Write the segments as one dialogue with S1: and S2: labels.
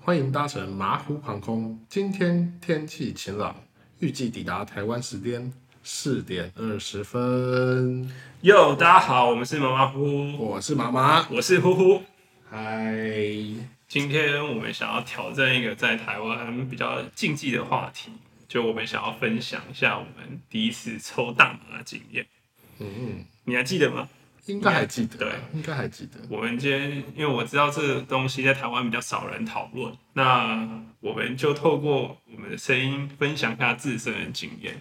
S1: 欢迎搭乘马虎航空。今天天气晴朗，预计抵达台湾时间四点二十分。
S2: 哟，大家好，我们是麻麻呼，
S1: 我是妈妈，
S2: 我是呼呼。
S1: 嗨，
S2: 今天我们想要挑战一个在台湾比较禁忌的话题，就我们想要分享一下我们第一次抽大麻的经验。
S1: 嗯，
S2: 你还记得吗？
S1: 应该还记得，
S2: 对，
S1: 应该还记得。
S2: 我们今天因为我知道这东西在台湾比较少人讨论，那我们就透过我们的声音分享一下自身的经验。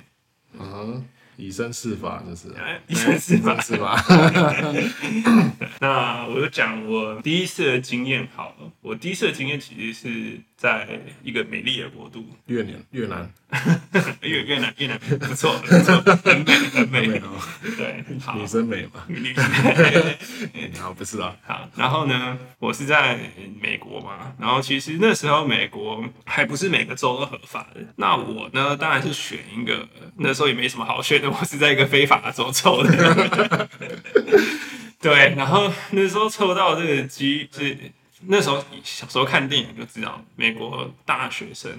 S1: 嗯哼，以身试法 就是，
S2: 哎以身试法
S1: 以身试法。
S2: 那我就讲我第一次的经验好了。我第一次的经验其实是在一个美丽的国度，
S1: 越南，越南，
S2: 越越南越南不错不错，很美很 美。对，好，
S1: 哦女生美嘛？
S2: 女
S1: 啊，不是啊，
S2: 好，然后呢，我是在美国嘛，然后其实那时候美国还不是每个州都合法的。那我呢，当然是选一个，那时候也没什么好选的，我是在一个非法的州抽的。 对，然后那时候抽到这个机是那时候小时候看电影就知道，美国大学生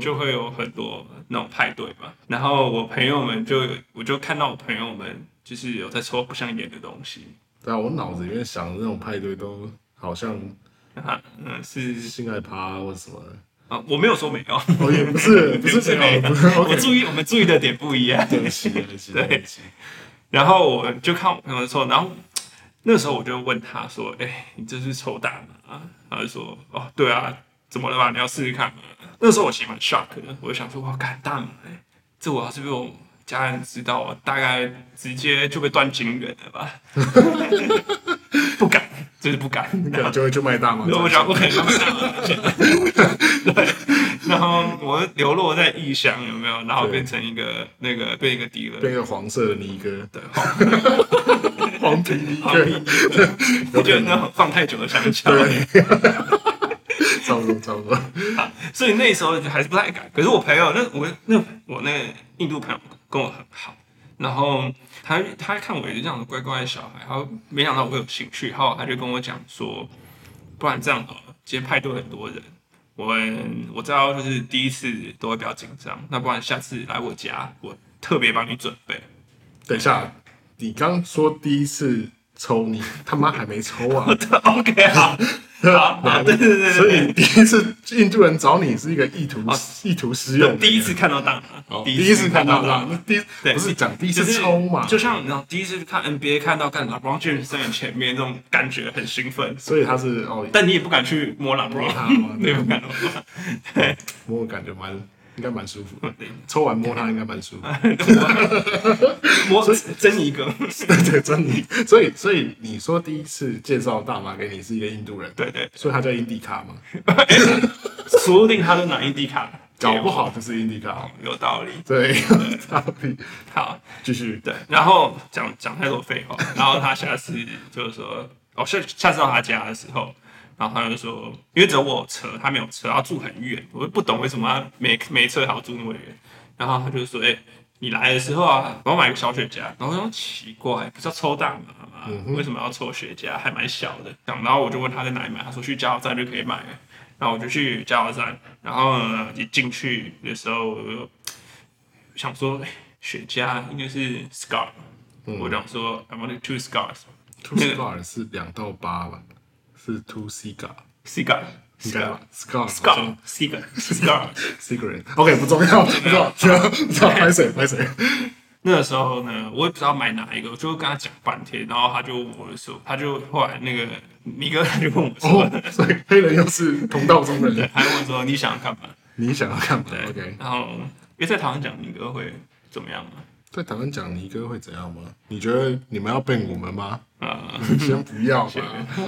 S2: 就会有很多那种派对嘛。然后我朋友们就有我就看到我朋友们就是有在抽不像烟的东西。
S1: 对啊，我脑子里面想的那种派对都好像
S2: 啊，嗯，是
S1: 性爱趴或什么的。
S2: 啊，我没有说没有，
S1: 哦，也不是， 不是
S2: 没
S1: 没
S2: 有
S1: 有，不是。
S2: 我
S1: OK，
S2: 注意我们注意的点不一样。
S1: 对不起，对不起，对不起。
S2: 然后我就看我朋友说，然后那时候我就问他说：“哎、你这是抽大麻啊？”他就说：“哦，对啊，怎么了嘛？你要试试看嘛。”那时候我其实蛮 shock 的，我就想说：“哇，干大麻、欸，这我要是被我家人知道，我大概直接就被断金元 了吧？”不敢，就是不敢。
S1: 那啊个就会去卖大麻
S2: 对，我
S1: 将，
S2: 想我很想 对，然后我流落在异乡，有没有？然后变成一个那个变一个敌
S1: 变
S2: 人，
S1: 一个黄色的尼哥，
S2: 对，
S1: 黄皮尼
S2: 好好
S1: 哥，
S2: 你就那种放太久的香蕉，
S1: 对，差不多差不多。
S2: 所以那时候还是不太敢。可是我朋友，那我那我那个印度朋友跟我很好，然后他他看我也是这样的乖乖的小孩，然后没想到我有兴趣，然后他就跟我讲说，不然这样好了，今天派对很多人，我们我知道就是第一次都会比较紧张，那不然下次来我家，我特别帮你准备。
S1: 等一下，你刚说第一次抽，你他妈还没抽啊？
S2: OK，好， 好，好，啊对对对
S1: 所
S2: 对
S1: 以
S2: 对。啊
S1: 你第一次印度人找你是一个意图意图私用的，
S2: 第一次看到大
S1: 哦
S2: 麻，
S1: 第一次看到他，那第一
S2: 对，
S1: 不是讲第一次
S2: 就是
S1: 抽嘛？
S2: 就像你知道，第一次看 NBA 看到看 LeBron James 在你前面那种感觉很兴奋，
S1: 所以他是哦，
S2: 但你也不敢去摸
S1: 他
S2: LeBron，
S1: 嘛啊
S2: 你也不敢摸。对，
S1: 摸感觉蛮应该蛮舒服的，抽完摸他应该蛮舒服 的。
S2: 摸真一个，
S1: 对，真的。所以所以你说第一次介绍大麻给你是一个印度人，
S2: 对对，
S1: 所以他叫印第卡嘛？
S2: 说不定他都拿印第卡，
S1: 搞不好就是哦印第卡。
S2: 有道理。
S1: 对，差别
S2: 好，
S1: 继续。
S2: 对，然后讲讲太多废话，然后他下次就是说，哦下下次到他家的时候，然后他就说，因为只有我有车，他没有车，他住很远，我就不懂为什么他没没车还要住那么远，然后他就说，哎、你来的时候啊，帮我买个小雪茄，然后我说奇怪，不是要抽大麻吗？为什么要抽雪茄？还蛮小的，然后我就问他在哪里买，他说去加油站就可以买了，然后我就去加油站，然后呢一进去的时候我就想说哎雪茄应该是 scar，、我想说 I wanted two scars
S1: Two scar 是两到八吧？是 two cigar，
S2: cigar
S1: 应该吧
S2: cigar
S1: ？scar
S2: scar cigar scar。
S1: cigarette。OK，不重要，不重 要，不重要，不重要，拍谁 拍谁。
S2: 那时候呢，我也不知道买哪一个，我就跟他讲半天，然后他就问我说，他就后来那个尼哥他就问我 说，
S1: 哦，所以黑人又是同道中人，
S2: 还问我说你想干嘛？
S1: 你想要干嘛
S2: 对
S1: ？OK，
S2: 然后因为在台湾讲尼哥会怎么样嘛？
S1: 在台湾讲尼哥会怎样吗？你觉得你们要变我们吗？
S2: 啊、
S1: 先不 要吧，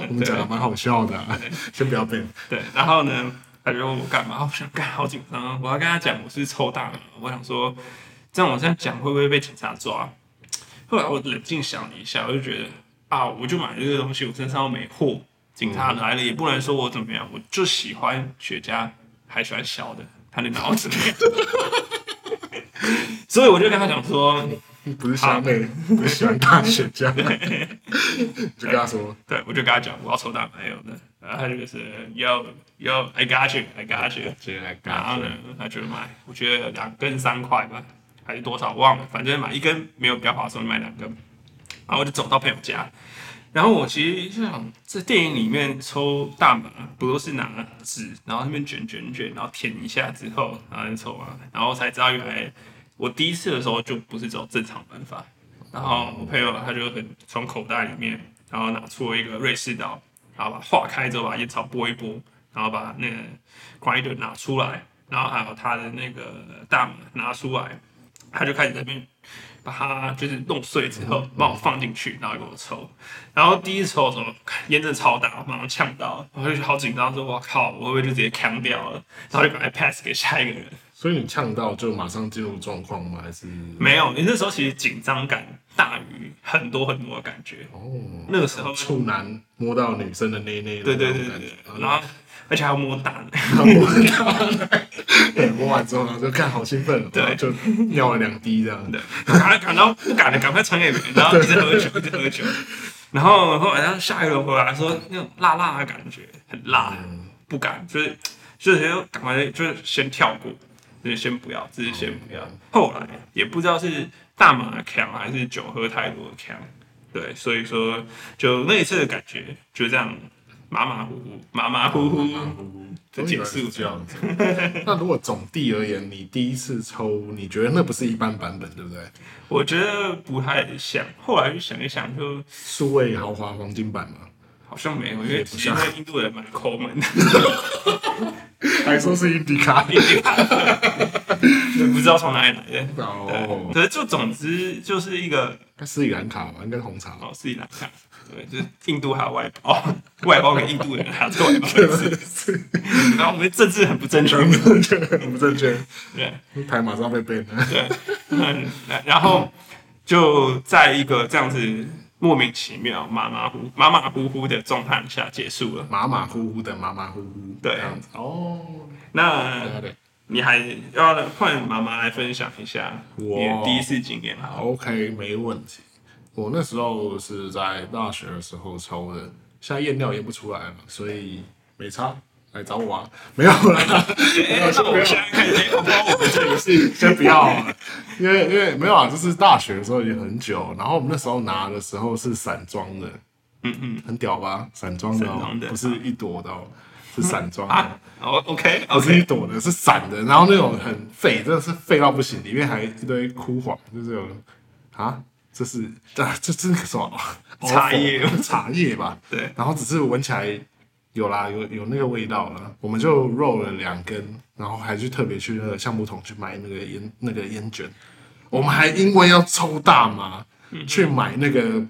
S1: 我们讲的蛮好笑的啊，先不要变。
S2: 对，然后呢，他就问我干嘛？我想干，好紧张啊！我要跟他讲我是抽大麻，我想说，这样我这样讲会不会被警察抓？后来我冷静想了一下，我就觉得啊，我就买这个东西，我身上又没货，警察来了也不能说我怎么样，我就喜欢雪茄，还喜欢小的，他能拿我怎么样？ 所以我就跟他讲说，
S1: 不是虾妹，不 是喜欢大雪茄，就跟他说，
S2: 对，我就跟他讲我要抽大麻有的，然后他就是要要 I got you I got you，
S1: 直接来
S2: 然
S1: 嘎
S2: 后
S1: 子
S2: 呢，他就买，我觉得两根三块吧，还是多少忘了，反正买一根没有比较划算，买两根。然后我就走到朋友家，然后我其实就想，这电影里面抽大麻不都是拿纸，然后那边卷卷卷，然后舔一下之后，然后就抽嘛，然后才知道原来我第一次的时候就不是走正常玩法。然后我朋友他就很从口袋里面，然后拿出了一个瑞士刀，然后把它化开之后把烟草拨一拨，然后把那个 grinder 拿出来，然后还有他的那个大麻拿出来，他就开始在那边把它就是弄碎之
S1: 嗯
S2: 后，帮我放进去，然后给我抽。然后第一次抽的时候，烟真的超大，马上呛到，我就觉得好紧张，说我靠，我会不会就直接呛掉了？然后就赶快 pass 给下一个人。
S1: 所以你呛到就马上进入状况吗？还是
S2: 没有，你那时候其实紧张感大于很多很多的感觉。
S1: 哦，
S2: 那个时候，
S1: 处男摸到女生的内内的
S2: 对对
S1: 那
S2: 对
S1: 种感
S2: 对
S1: 觉哦
S2: 对，，然后而且还要摸蛋，
S1: 然后摸到对，摸完之后然后就看好兴奋，
S2: 对
S1: 然后就尿了两滴这样。
S2: 对，赶快感到不敢了，赶快传给别人，然后一直喝酒，一直喝酒。然后后来他下一轮回来说那种辣辣的感觉，很辣，不敢，就是就是先赶快就是先跳过，就是先不要，就是先不要。后来也不知道是大麻强还是酒喝太多强，对，所以说就那一次的感觉就这样马马虎虎，马马虎虎的结
S1: 是
S2: 束
S1: 这。样子。 那如果总地而言，你第一次抽，你觉得那不是一般版本，对不对？
S2: 我觉得不太像，后来就想一想就。
S1: 数位豪华黄金版嘛，
S2: 好像没有，因为
S1: 也不
S2: 因
S1: 像
S2: 为印度人蛮抠门的，
S1: 还说是印第卡。
S2: 不知道从哪里来的。
S1: 哦
S2: 对，，可是就总之就是一个
S1: 那斯里兰卡吧，应该是红茶吧。
S2: 哦，斯里兰卡，对，就是印度还有外包， 外包给印度人，还有这外包给自 己，然后我们政治很不正确，
S1: 不正确，
S2: 对
S1: 台马上被 ban 了。
S2: 对，嗯，然后就在一个这样子莫名其妙、马马虎马马虎虎的状态下结束了。
S1: 马马虎虎的，马马虎虎，
S2: 对
S1: 这样子哦，
S2: 那
S1: 对对
S2: 你还要换妈妈来分享一下你的
S1: 我
S2: 第一次经验好了
S1: ，OK，没问题。我那时候是在大学的时候抽的，现在验尿验不出来嘛，所以没差，来找我啊，没有啦，没有
S2: 哎那我 们现在开始，我不知道我们这里是
S1: 先不要啊，因为因为没有啊，就是大学的时候也很久，然后我们那时候拿的时候是散装的，嗯嗯，很屌吧？散装的,、
S2: 散
S1: 哦
S2: 装的
S1: 不是一朵的、哦，是散装的。
S2: 啊， 哦，OK
S1: 不是一
S2: OK，
S1: 朵的，是散的，然后那种很废，真的是废到不行，里面还一堆枯黄，就是有啊，这是啊，这这是什么 哦
S2: 茶叶
S1: 茶叶吧？
S2: 对
S1: 然后只是闻起来有啦，有有那个味道了，我们就肉了两根，然后还去特别去那个橡木桶去买那个烟那个烟卷，我们还因为要抽大麻
S2: 嗯
S1: 去买那个。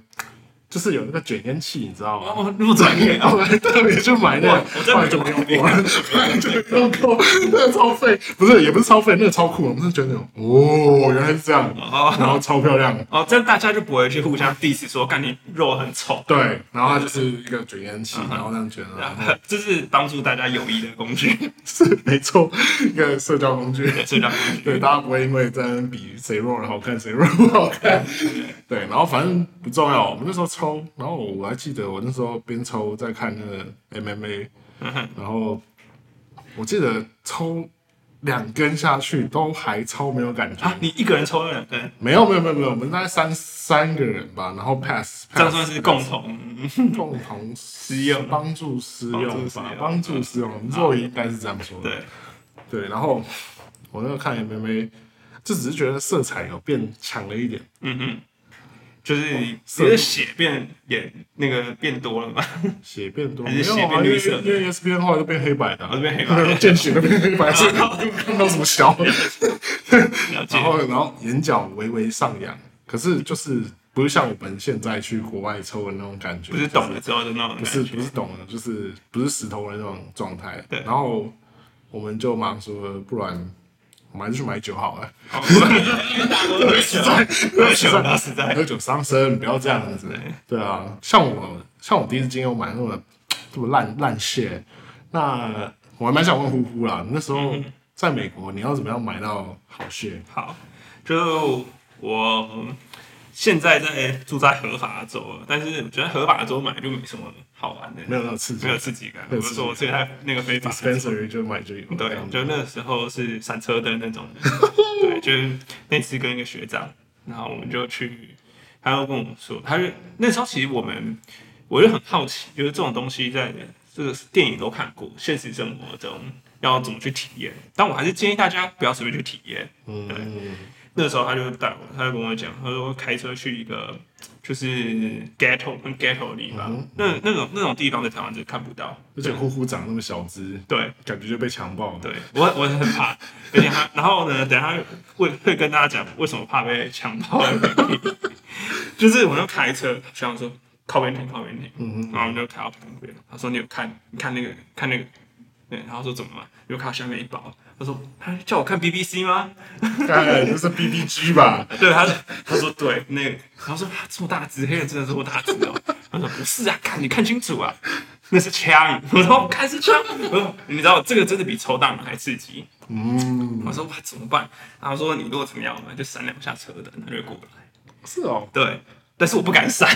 S1: 就是有那个卷烟器，你知道吗？
S2: 哦，那么专业啊
S1: 我，还特别去买那
S2: 哇
S1: 个，
S2: 我真的没用过
S1: 后来就没用过，那个超废，不是也不是超废，那个超酷，我们是觉得哦，原来是这样，
S2: 哦
S1: 然后超漂亮，
S2: 哦，这样大家就不会去互相 diss 说，干你肉很丑，
S1: 对，然后它就是一个卷烟
S2: 啊
S1: 器，然后这样卷，然后
S2: 这是帮助大家友谊的工具，
S1: 是没错，一个社交工具。
S2: 对，社交工具，
S1: 对，大家不会因为在那边比谁弱的好看，谁弱 不好看。对，然后反正不重要。我们那时候抽，然后我还记得我那时候边抽在看那个 MMA，然 后我记得抽两根下去都还超没有感觉。
S2: 啊，你一个人抽了两根，
S1: 没有没有没有没有，我们大概三三个人吧，然后 pass
S2: 这样
S1: pass
S2: 算是共同，
S1: 共同私
S2: 用
S1: 帮助私
S2: 帮助
S1: 用
S2: 私
S1: 吧
S2: 用，嗯
S1: 帮助私用，我们肉应该是这样说的。
S2: 对，
S1: 对，然后我那个看 MMA，就只是觉得色彩有变强了一点，
S2: 就是
S1: 哦
S2: 你的血变也那个变多了嘛，
S1: 血变多，
S2: 还
S1: 没
S2: 是
S1: 有
S2: 血
S1: 啊，因
S2: 变绿
S1: 为
S2: 色的
S1: 因为 S 边后来就变黑白的、啊，
S2: 哦变黑白的
S1: 见血都变黑白，所以 根本 看不到什么小。
S2: 了解
S1: 然，后然后眼角微微上扬，可是就是不是像我们现在去国外抽的那种感觉，
S2: 不是
S1: 就是
S2: 懂了之后的那种感
S1: 不是
S2: 觉，
S1: 不是懂了，就是不是石头的那种状态。
S2: 对
S1: 然后我们就忙说，不然我们还是去买酒好了。
S2: 哦 喝酒，喝酒，实在
S1: 喝，酒伤身，不要这样子。对啊，像我像我第一次经验，我买那么这么烂烂蟹，那我还蛮想问呼呼啦。那时候在美国，你要怎么样买到好蟹？
S2: 好，就我现在在住在合法的州了，但是我觉得合法的州买就没什么好玩的，
S1: 没有那种刺激
S2: 没有刺激感。
S1: 没
S2: 我
S1: 有
S2: 就
S1: 刺激
S2: 说我最爱那个非法的州
S1: dispensary 就买就有了，
S2: 对
S1: 这，样
S2: 就那时候是闪车灯那种，对，就是那次跟一个学长，然后我们就去，他就跟我说，他就那时候其实我们，我就很好奇，就是这种东西在这个电影都看过，现实生活中要怎么去体验，但我还是建议大家不要随便去体验。对，那时候他就带我，他就跟我讲，他说开车去一个。就是 ghetto 很 ghetto 的地方，那那种那种地方在台湾就看不到，
S1: 而且呼呼长那么小只，
S2: 对，
S1: 感觉就被强暴了。
S2: 对我我很怕，而且他，然后呢，等一下会会跟大家讲为什么怕被强暴的原因， 就是我就开车，学长说靠边停，靠边停，然后我们就开到旁边，他说你有看，你看那个，看那个，对，然后说怎么了？有看到下面一包，他说他叫我看 BBC 吗？
S1: 看这是 B B G 吧？
S2: 对，他他说对，那个，他说啊这么大只，黑人真的这么大只哦。他说不是啊，看你看清楚啊，那是枪。我说看是枪，我说你知道这个真的比抽大麻还刺激。嗯，我说哇怎么办？然后说你如果怎么样，我们就闪两下车灯，他就会过来。
S1: 是哦，
S2: 对，但是我不敢闪。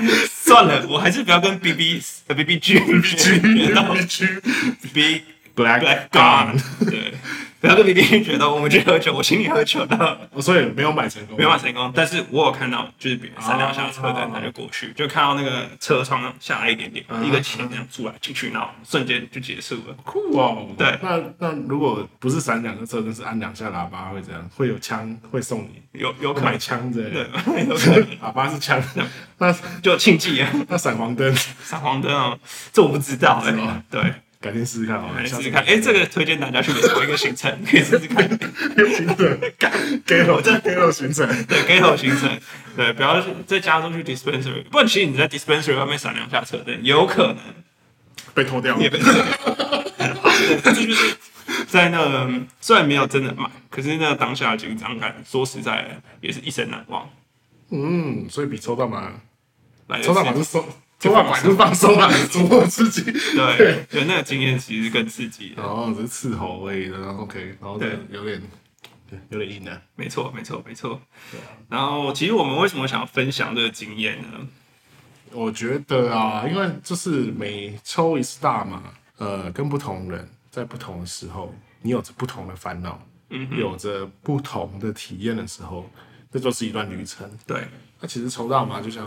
S2: 算了，我还是不要跟 B B 呃 B B G B B
S1: G
S2: 然后
S1: B G
S2: B
S1: Black
S2: Black Gun，对，不要跟 B B 觉得我们去喝酒，我请你喝酒的。
S1: 哦所以没有买成功，
S2: 没办法成功，但是我有看到，就是别人三辆下车灯，他就过去，就看到那个车窗下来一点点，一个钱这样出来进去，然后瞬间就结束了。
S1: 酷哦。
S2: 对
S1: 那那如果不是闪两个车灯，是按两下喇叭会怎样？会有枪会送你
S2: 有有可
S1: 买
S2: 能，
S1: 枪之类
S2: 对
S1: 的，，
S2: 有可 能
S1: 喇叭是枪，那
S2: 就庆忌啊，
S1: 那闪黄灯，
S2: 闪黄灯啊，这我不知道哎、
S1: 不知道
S2: 对，
S1: 改天试试看好了，
S2: 来试试
S1: 下次
S2: 看。哎、这个推荐大家去美国一个行程，可以试试看。
S1: 行程给我这给我行程，
S2: 对，跟头行程，对，不要在家中去 dispensary，不然其实你在 dispensary 外面闪两下车灯，有可能。
S1: 被偷掉，
S2: 也被这就是在那个虽然没有真的买，可是那个当下的紧张感，说实在的也是一生难忘。
S1: 嗯，所以比抽大麻，
S2: 来的
S1: 抽大麻
S2: 刺
S1: 是松，抽大麻是放松啊，怎么刺激？
S2: 对，对，那个经验其实更刺激的。
S1: 然后哦只是刺喉而已，然后 OK，然后这
S2: 对
S1: 有点有点硬啊。
S2: 没错，没错，没错。然后，其实我们为什么想要分享这个经验呢？
S1: 我觉得啊，因为就是每抽一次大麻，呃，跟不同人在不同的时候，你有着不同的烦恼，
S2: 嗯
S1: 有着不同的体验的时候，这就是一段旅程。
S2: 对，
S1: 那其实抽大麻就像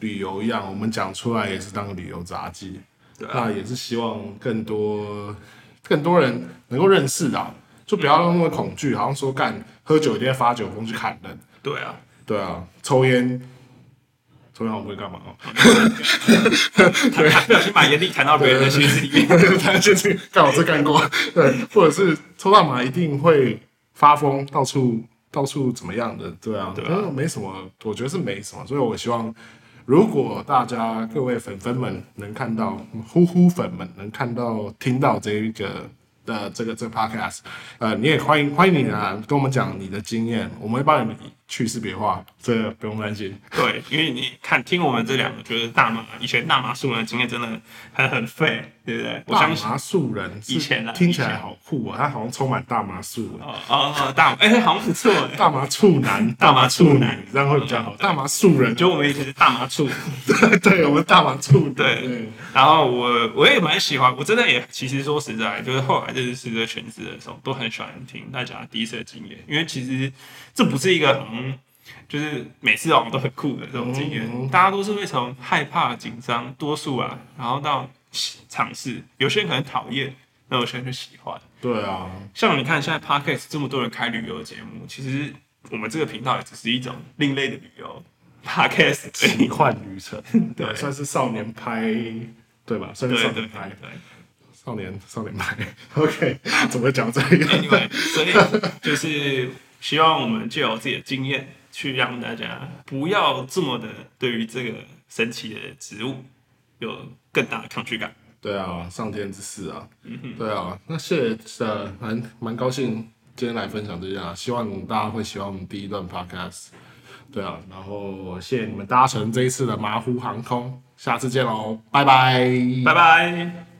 S1: 旅游一样，我们讲出来也是当旅游杂技，
S2: 对啊
S1: 那也是希望更多更多人能够认识啊，就不要那么恐惧，好像说干喝酒一定要发酒疯去砍人，
S2: 对啊，
S1: 对啊，抽烟。抽烟好像不会干嘛哦，
S2: 他他不小心把眼力弹到别人的心思里面。
S1: 他就是干我这干过， 对，或者是抽大麻一定会发疯，到处到处怎么样的，对啊，
S2: 对啊
S1: 嗯没什么，我觉得是没什么，所以我希望如果大家各位粉粉们能看到，呼呼粉们能看到听到这一个。的这个这个 podcast，呃，你也欢迎欢迎你啊，跟我们讲你的经验，我们会帮你去识别化，这个不用担心。
S2: 对，因为你看听我们这两个，觉得大麻以前大麻素人的经验真的很很废，对不对？我
S1: 大
S2: 相信
S1: 麻素人是
S2: 以前啊
S1: 听起
S2: 以
S1: 来
S2: 前
S1: 好酷啊，它好像充满大麻素。啊
S2: 哦哦哦，大麻哎、好像不错哎。
S1: 大麻处男、
S2: 大麻处
S1: 处
S2: 女
S1: 女，这样会比较好。大麻处人，
S2: 就我们以前是大麻处，
S1: 对 对，我们大麻处女，
S2: 对，然后我我也蛮喜欢，我真的也其实说实在，就是后来认识这个圈子的时候，都很喜欢听大家第一次的经验，因为其实这不是一个嗯，就是每次好像都很酷的这种经验，大家都是会从害怕、紧张，多数啊，然后到尝试，有些人可能讨厌，那有些人就喜欢。
S1: 对啊，
S2: 像你看现在 podcast 这么多人开旅游节目，其实我们这个频道也只是一种另类的旅游 podcast 而已
S1: 奇幻旅程，对，算是少年拍，对吧？算是
S2: 对
S1: 少
S2: 对
S1: 年
S2: 对
S1: 拍，
S2: 对。
S1: 少年少年拍。OK，怎么讲这个？
S2: Anyway，所 以就是希望我们借由自己的经验，去让大家不要这么的对于这个神奇的植物有更大的抗拒感。
S1: 对啊，上天之事啊，
S2: 嗯
S1: 对啊，那谢谢，呃蛮蛮高兴今天来分享这些啊，希望大家会喜欢我们第一段 podcast。对啊，然后谢谢你们搭乘这一次的马虎航空，下次见喽，拜拜，
S2: 拜拜。